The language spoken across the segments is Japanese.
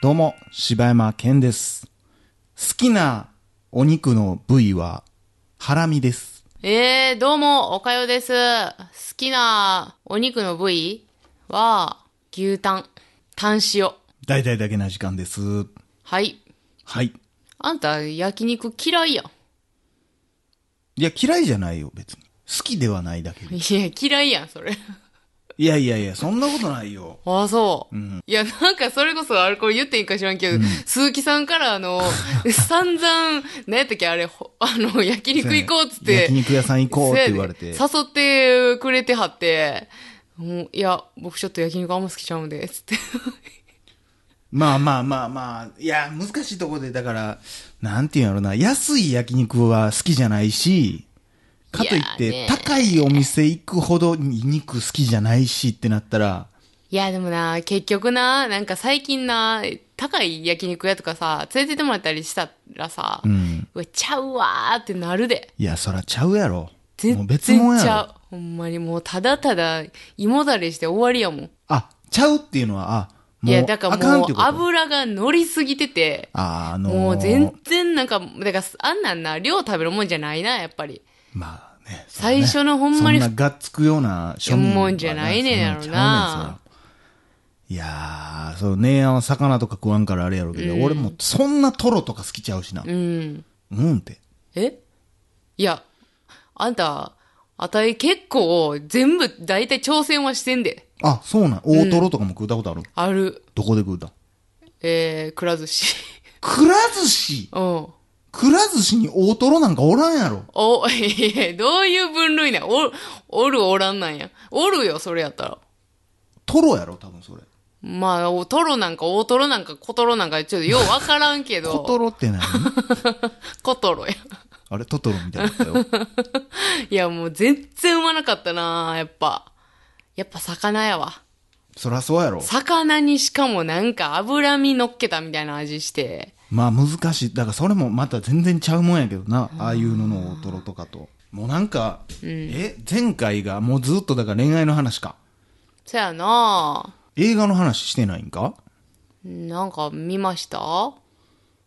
どうも、柴山健です。好きなお肉の部位は、ハラミです。えー、どうも、おかよです。好きなお肉の部位は、牛タン、タン塩。大々だけな時間です。はい。はい。あんた、焼肉嫌いやん。 いや、嫌いじゃないよ、別に。好きではないだけで。いや、嫌いやん、それ。いやいやいや、そんなことないよ。ああ、そう。いや、なんか、それこそ、あれ、これ言っていいんか知らんけど、鈴木さんから、あの、 散々、何やったっけ、あれ、ほあの、焼肉行こうっつって。焼肉屋さん行こうって言われて。そうやで誘ってくれてはって、もういや、僕ちょっと焼肉あんま好きちゃうんで、つって。まあまあまあまあ、いや、難しいとこで、だから、なんていうんやろな、安い焼肉は好きじゃないし、かといっいて、やーね高いお店行くほど肉好きじゃないしってなったら、いや、でもな、結局な、なんか最近な、高い焼肉屋とかさ、連れてってもらったりしたらさ、ううん。わちゃうわーってなるで。いや、そらちゃうやろ。もう全然別物やちゃろ。う。ほんまにもうただただ芋だれして終わりやもん。あ、ちゃうっていうのは、あ、もう、いや、だからあかんっもうてこと。油が乗りすぎてて、あー、あのーもう全然なんか、だからあんなんな、量食べるもんじゃないな、やっぱり。まあね。そうね最初のほんまにそんながっつくような庶民はもんじゃないねんやろなそんなんちゃうねんそらいやー、そうね、あの、魚とか食わんからあれやろうけど、俺もそんなトロとか好きちゃうしな。うん。うんって。えいや、あんた、あたい結構全部大体挑戦はしてんで。あ、そうなん。大トロとかも食ったことある、ある、どこで食うたんえー、くら寿司。 くら寿司うん。くら寿司に大トロなんかおらんやろ。お、 いやどういう分類なんお、おるおらんなんや。おるよ、それやったら。トロやろ、多分それ。まあ、おトロなんか、大トロなんか、小トロなんか、ちょっとようわからんけど。小 トロって何小トロや。 あれトトロみたいだったよ。いや、もう全然うまなかったなやっぱ。やっぱ魚やわ。そらそうやろ。魚にしかもなんか脂身乗っけたみたいな味して。まあ難しい。だからそれもまた全然ちゃうもんやけどな。ああいうのの大トロとかと。もうなんか、え前回がもうずっとだから恋愛の話か。そやな映画の話してないんかなんか見ました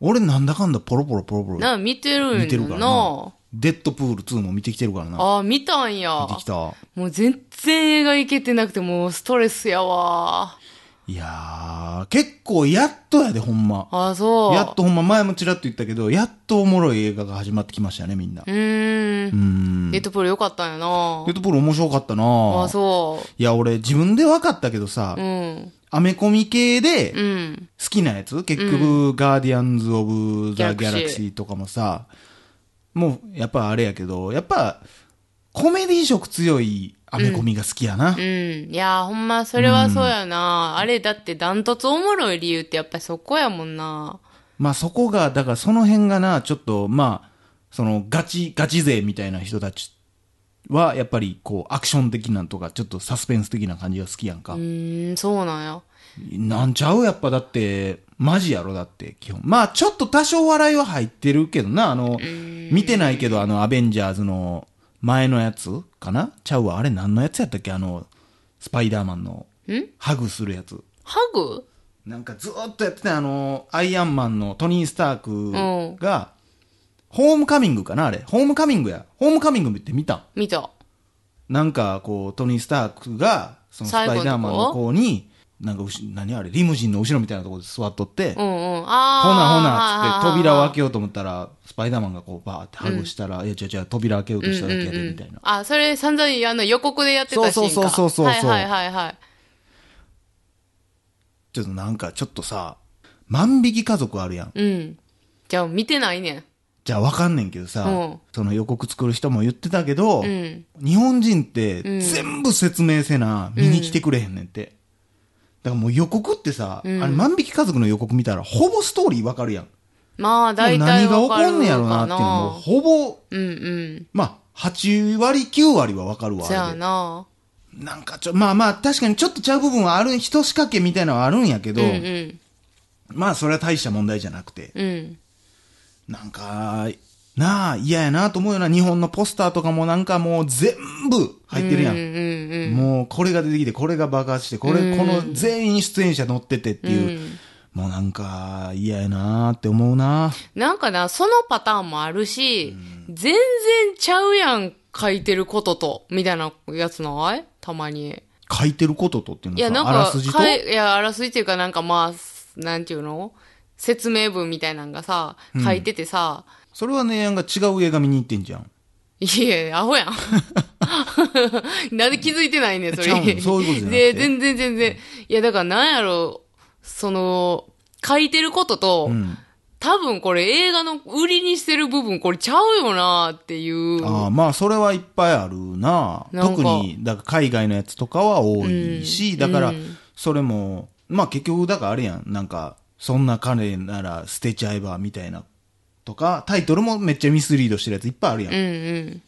俺なんだかんだポロポロポロポロなんか見てるんやな見てるからな。デッドプール2も見てきてるからな。ああ、見たんや見。てきた。もう全然映画行けてなくてもうストレスやわ。いやー、結構やっとやで、ほんま。ああ、そう。やっとほんま、前もちらっと言ったけど、やっとおもろい映画が始まってきましたね、みんな。うー。うんん。デッドプールよかったんやなデッドプール面白かったなあああ、そいや、俺自分で分かったけどさう。う、ん。アメコミ系でう好ん。きなやつ、結局、ガーディアンズ・オブ・ザ・ギギャャララククシシーとかもさ、もう、やっぱあれやけど、やっぱ、コメディ色強いアメコミが好きやな。うん。いやー、ほんま、それはそうやな、あれ、だってダントツおもろい理由ってやっぱりそこやもんなまあそこが、だからその辺がな、ちょっと、まあ、そのガチ、ガチ勢みたいな人たちは、やっぱりこう、アクション的なんとか、ちょっとサスペンス的な感じが好きやんか。うーん、そうなんや。なんちゃうやっぱだって、マジやろだって、基本。まあちょっと多少笑いは入ってるけどな、あの、見てないけど、あの、アベンジャーズの前のやつかなちゃうわ、あれ何のやつやったっけあの、スパイダーマンの、ハグするやつ。ハグなんかずーっとやってたあの、アイアンマンのトニー・スタークが、ホームカミングかなあれ。ホームカミングや。ホームカミングって見た見た。なんかこう、トニー・スタークが、そのスパイダーマンの子に、なんかうし、何あれ、リムジンの後ろみたいなところで座っとって、うんうん。ほなほなああ。っつって扉を開けけようと思ったら、スパイダーマンがこうバーってハグしたら、いや違う違う、扉開けようとしただけやで、みたいな。あ、それ散々あの予告でやってたシーンかそうそうそうそうそうそうはいはいはいはい。ちょっとなんかちょっとさ、万引き家族あるやん。うん。じゃあ見てないねじゃあわかんねんけどさ、うんその予告作る人も言ってたけど、ん。うん。日本人って全部説明せな、見に来てくれへんねんって。だからもう予告ってさ、あれ万引き家族の予告見たらほぼストーリーわかるやん。まあで大も何体がわ起かるかな。こんねやろなっていうのもほぼ、うんうん。まあ8割9割はわかるわ。そあやれでな。なんかちょ、まあまあ確かにちょっとちゃう部分はある、ひと仕掛けみたいなのはあるんやけど、うんうん。まあそれは大した問題じゃなくて、うん。なんか、なあ、嫌やなと思うよな。日本のポスターとかもなんかもう全部入ってるやうんん。うんうん。もうこれが出てきて、これが爆発して、これ、この全員出演者乗っててっていう。もうなんか嫌やなって思うな。なんかな、そのパターンもあるし、全然ちゃうやん、書いてることと、みたいなやつないたまに。書いてることとっていういや、のなんさ、あらか、すじと。かいいや、あらすじっていうか、なんかまあ、なんていうの説明文みたいなのがさ、書いててさ、それはね、なんか違う映画見に行ってんじゃん。いや、アホや ん。なんで気づいてないねんそちゃうれ。のそういうことじゃなくてで、全然全然。いや、だからなんやろ、その、書いてることと、うん。多分これ映画の売りにしてる部分これちゃうよなっていう。ああ、まあ、それはいっぱいあるな。なんか特に、だから海外のやつとかは多いし、うんだからうん、それも、まあ結局、だからあれやん。なんか、そんな彼なら捨てちゃえば、みたいな。とか、タイトルもめっちゃミスリードしてるやついっぱいあるやん。うんうん。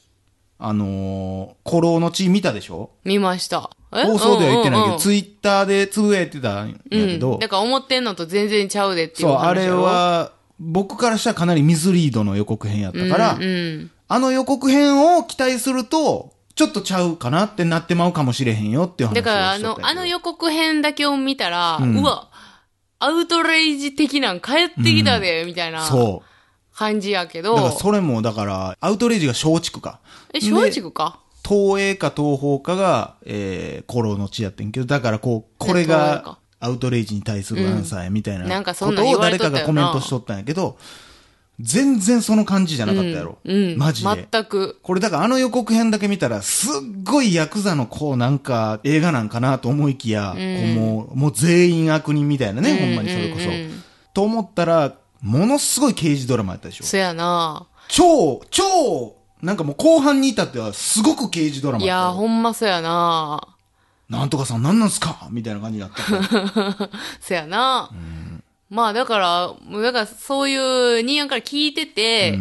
あのー、古老の地見たでしょ見ました。え放送では言ってないけど、いツイッターでつぶやいてたんやけど、だから思ってんのと全然ちゃうでっていうそう、あ話やれろ。は、僕からしたらかなりミスリードの予告編やったから、うんうん。あの予告編を期待すると、ちょっとちゃうかなってなってまうかもしれへんよっていう話をだしからあとっの、たんやけどあの予告編だけを見たら、うんうわ、アウトレイジ的なん帰ってきたで、みたいなそ感じやけう。どだか、らそれも、だから、アウトレイジが松竹か。え、松竹か東映か東宝かが、えー、古老の地やってんけど、だからこう、これ東映がか、アウトレイジに対するアンサーやみたいな、うんなんかそこんなんと言をわれ誰とかっがたよなコメントしとったんやけど、全然その感じじゃなかったやろ。うん。マジで。全く。これだからあの予告編だけ見たら、すっごいヤクザのこうなんか映画なんかなと思いきや、こうもうもう全員悪人みたいなね、ほんまにそれこそ。と思ったら、ものすごい刑事ドラマやったでしょ。そやな超、超、なんかもう後半に至ってはすごく刑事ドラマいややったよほんまそやななんとかさんなんなんすかみたいな感じになったから。そやな、まあだから、もうだからそういう、ニーヤンから聞いてて、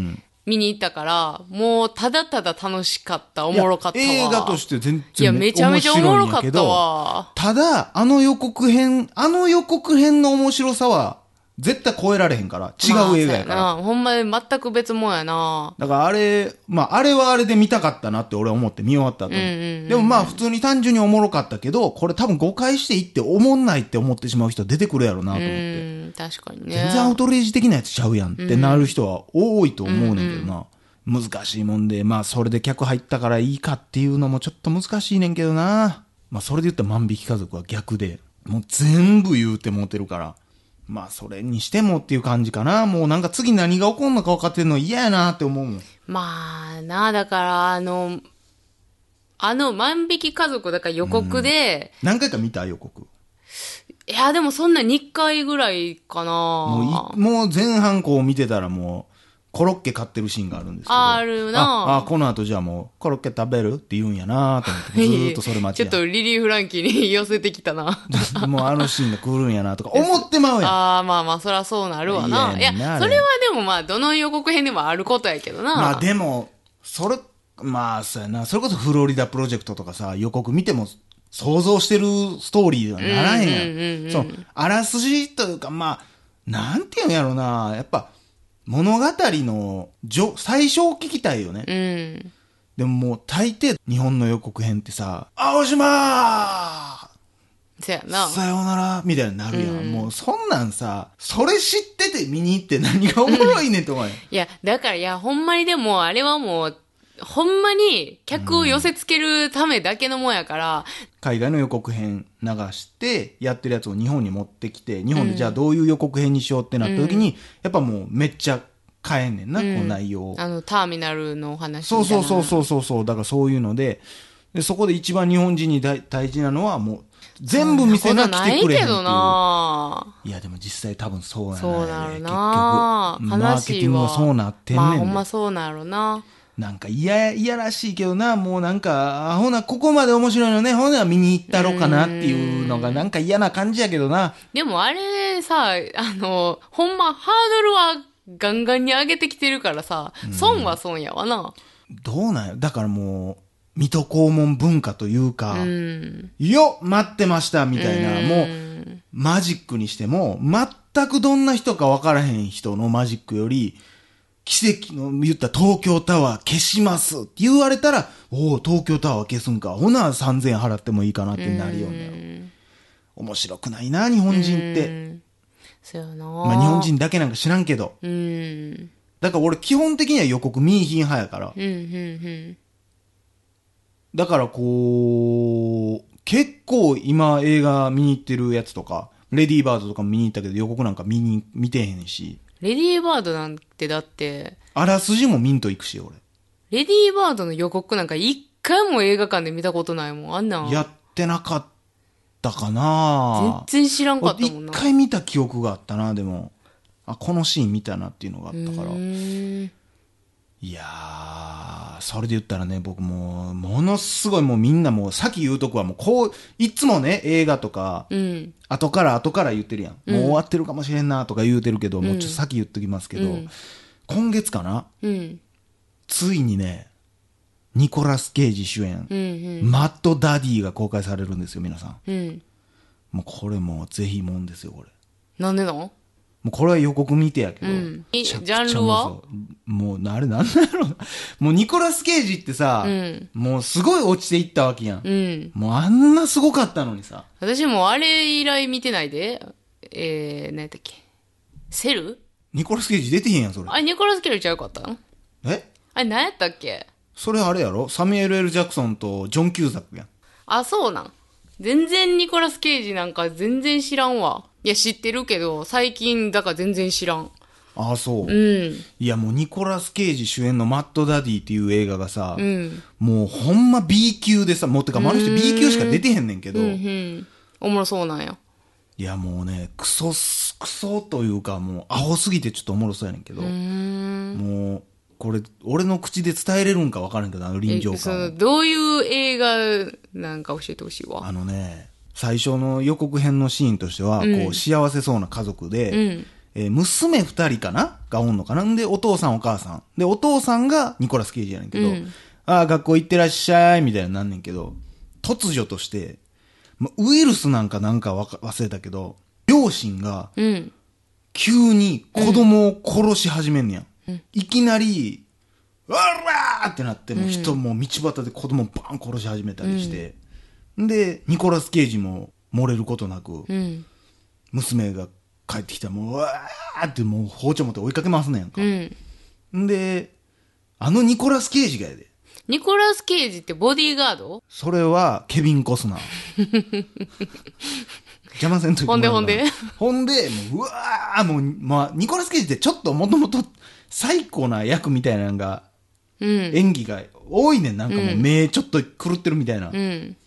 見に行ったから、もうただただ楽しかった、 おもろかったわ。いや映画として全いや、然めちゃめちゃおもろか面白いんやけったどわ。ただ、あの予告編、あの予告編の面白さは、絶対超えられへんから。違う映画やから。まあそうなほんまに全く別もんやなだからあれ、まああれはあれで見たかったなって俺は思って見終わった後に、うんうんうんでもまあ普通に単純におもろかったけど、これ多分誤解していっておもんないって思ってしまう人出てくるやろなとう思って。ん、確かにね。全然アウトレイジ的なやつちゃうやんってなる人は多いと思うねんけどな。難しいもんで、まあそれで客入ったからいいかっていうのもちょっと難しいねんけどな。まあそれで言ったら万引き家族は逆で、もう全部言うて持てるから。まあそれにしてもっていう感じかな。もうなんか次何が起こるのか分かってるの嫌やなって思うもん。まあなだから、あの、あの万引き家族、だから予告で、何回か見た予告。いや、でもそんな2回ぐらいかなもうい、もう前半こう見てたらもう、コロッケ買ってるシーンがあるんですけど。あるなあ、あこの後じゃあもう、コロッケ食べるって言うんやなと思って、ずーっとそれ待ちちょっや。とリリー・フランキーに寄せてき たな。もうあのシーンが来るんやなとか、思ってまうやん。ああ、まあまあ、そらそうなるわな。いいややいやなあそれれはでもまあ、どの予告編でもあることやけどな。まあでも、それ、まあそうやな、それこそフロリダプロジェクトとかさ、予告見ても、想像してるストーリーにはならへんやん。そう、あらすじというか、まあ、なんていうんやろな、やっぱ、物語のじょ最小聞きたいよね。うん。でももう大抵日本の予告編ってさ、青島そやな。さようならみたいになるやん。もうそんなんさ、それ知ってて見に行って何がおもろいねんって思う やん。いや、だから、いや、ほんまにでも、あれはもう、ほんまに客を寄せつけるためだけのもんやから、海外の予告編流して、やってるやつを日本に持ってきて、日本でじゃあどういう予告編にしようってなった時に、やっぱもうめっちゃ変えんねんな、こう内容を。あの、ターミナルのお話そうみたいそな。うそうそうう。そうそう、だからそういうので、でそこで一番日本人に大大事なのはもう、全部見せな来てくれへんないってけいどう。ないや、でも実際多分そうやな。そうなる結局マーな悲しいわケティングはそうなってんねんまで、あ、ほんまそうなるな。なんか嫌や、嫌らしいけどな、もうなんか、あほな、ここまで面白いのね、ほな、見に行ったろかなっていうのが、なんか嫌な感じやけどな。でもあれさ、 あの、ほんまハードルはガンガンに上げてきてるからさ、損は損やわな。どうなんや、だからもう、水戸黄門文化というか、うん。よ待ってましたみたいな、もう、んマジックにしても、全くどんな人か分からへん人のマジックより、奇跡の、言った東京タワー消しますって言われたら、おお、東京タワー消すんか。ほな、3000円払ってもいいかなってなるようになる。面白くないな、日本人って。そうやなまあ、日本人だけなんか知らんけど。うん。うん、だから俺基本的には予告見いひん派やから。うん、うん。だからこう、結構今映画見に行ってるやつとか、レディーバードとかも見に行ったけど予告なんか見に、見てへんし、レディーバードなんてだって、あらすじも見んと行くし、俺。レディーバードの予告なんか一回も映画館で見たことないもん。あんなん。やってなかったかな全然知らんかったもん一な。回見た記憶があったな、でも。あ、このシーン見たなっていうのがあったからう。ーんいやー、それで言ったらね、僕もう、ものすごいもうみんなもう、さっき言うとこはもう、こう、いつもね、映画とか、うん。後から後から言ってるやん。もう終わってるかもしれんなとか言うてるけど、もうちょっと先言っときますけど、今月かなうん。ついにね、ニコラス・ケイジ主演、うん。マット・ダディが公開されるんですよ、皆さん。うん。もうこれもうぜひもんですよ、これ。なんでなんもうこれは予告見てやけど。うんえめちゃくちゃジャンルはもう、あれなんだろうな。 もうニコラス・ケイジってさ、うんもうすごい落ちていったわけやん。うん。もうあんなすごかったのにさ。私もうあれ以来見てないで。えー、何やったっけ。セルニコラス・ケイジ出てへんやん、それあ。れ、ニコラス・ケルちゃうかったんえあれ、何やったっけそれあれやろサミュエル・ L ・ジャクソンとジョン・キューザックやん。あ、そうなん。全然ニコラス・ケイジなんか全然知らんわ。いや、知ってるけど、最近だから全然知らん。ああ、そう。うん。いや、もうニコラス・ケイジ主演のマット・ダディっていう映画がさ、うん。もうほんま B 級でさ、もうてか、まる人 B 級しか出てへんねんけど、うん、うん。おもろそうなんや。いや、もうね、クソす、クソというか、もうアホすぎてちょっとおもろそうやねんけど、うーん。もう、これ、俺の口で伝えれるんか分からんけど、あの臨え場そ感をの、どういう映画なんか教えてほしいわ。あのね、最初の予告編のシーンとしては、こう、幸せそうな家族で、うん。えー娘二人かながおんのかなんで、お父さんお母さん。で、お父さんがニコラス・ケイジやねんけど、うんああ、学校行ってらっしゃい、みたいになんねんけど、突如として、ま、ウイルスなんかなんかわか忘れたけど、両親がうん。急に子供を殺し始めんねや、ん。いきなり、うわらーってなって、もう人もう道端で子供バーン殺し始めたりして、で、ニコラス・ケイジも漏れることなく、うん。娘が帰ってきたらもう、うわーってもう包丁持って追いかけますねんかう。ん。んで、あのニコラス・ケイジがやで。ニコラス・ケイジってボディーガードそれは、ケビン・コスナー。 邪魔せんといてもらえるほんほでんで。ほんで、もう、うわーもう、まあ、ニコラス・ケイジってちょっともともと最高な役みたいなのが、うん。演技が多いねん。なんかもう目ちょっと狂ってるみたいなう。ん。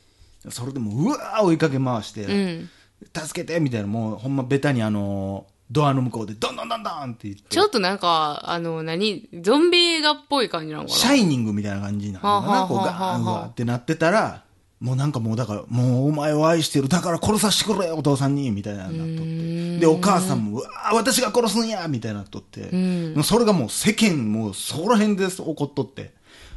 それでもう、うわー追いかけ回して、うん。助けてみたいな、もうほんまベタにあのー、ドアの向こうで、どんどんどんどんって言って。ちょっとなんか、あの、何ゾンビ映画っぽい感じなのかシャイニングみたいな感じになるのかはあはな、あこうガはあーンうはあわーってなってたら、もうなんかもうだから、もうお前を愛してる、だから殺させてくれ、お父さんに、みたいなのになっとって。で、お母さんも、うわー私が殺すんやみたいになっとって。もうそれがもう世間、もうそこら辺で起こっとって。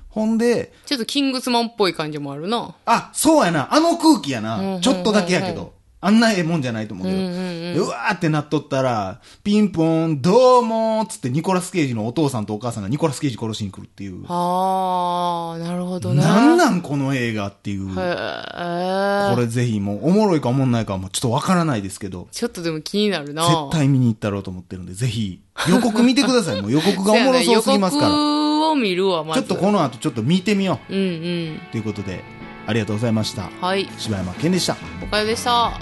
ほんで、な。ちょっとキングスマンっぽい感じもあるな。あ、そうやな、あの空気やうんうんうんうな、んちょっとだけやけど、あんなええもんじゃないと思うけど、うんうんでうわーってなっとったら、ピンポン、どうもーっつってニコラス・ケイジのお父さんとお母さんがニコラス・ケイジ殺しに来るっていう。あー、なるほどね。なんなんこの映画っていう。へこえ。れぜひもう、おもろいかおもんないかはもうちょっとわからないですけど、ちょっとでも気になるな。絶対見に行ったろうと思ってるんで、ぜひ、予告見てくだ さい。もう予告がおもろそうすぎますそうやなか予告を見るわ、まら。ず。ちょっとこの後ちょっと見てみようんうん。う。ということで、ありがとうございました。はい。柴山健でした。おかよでした。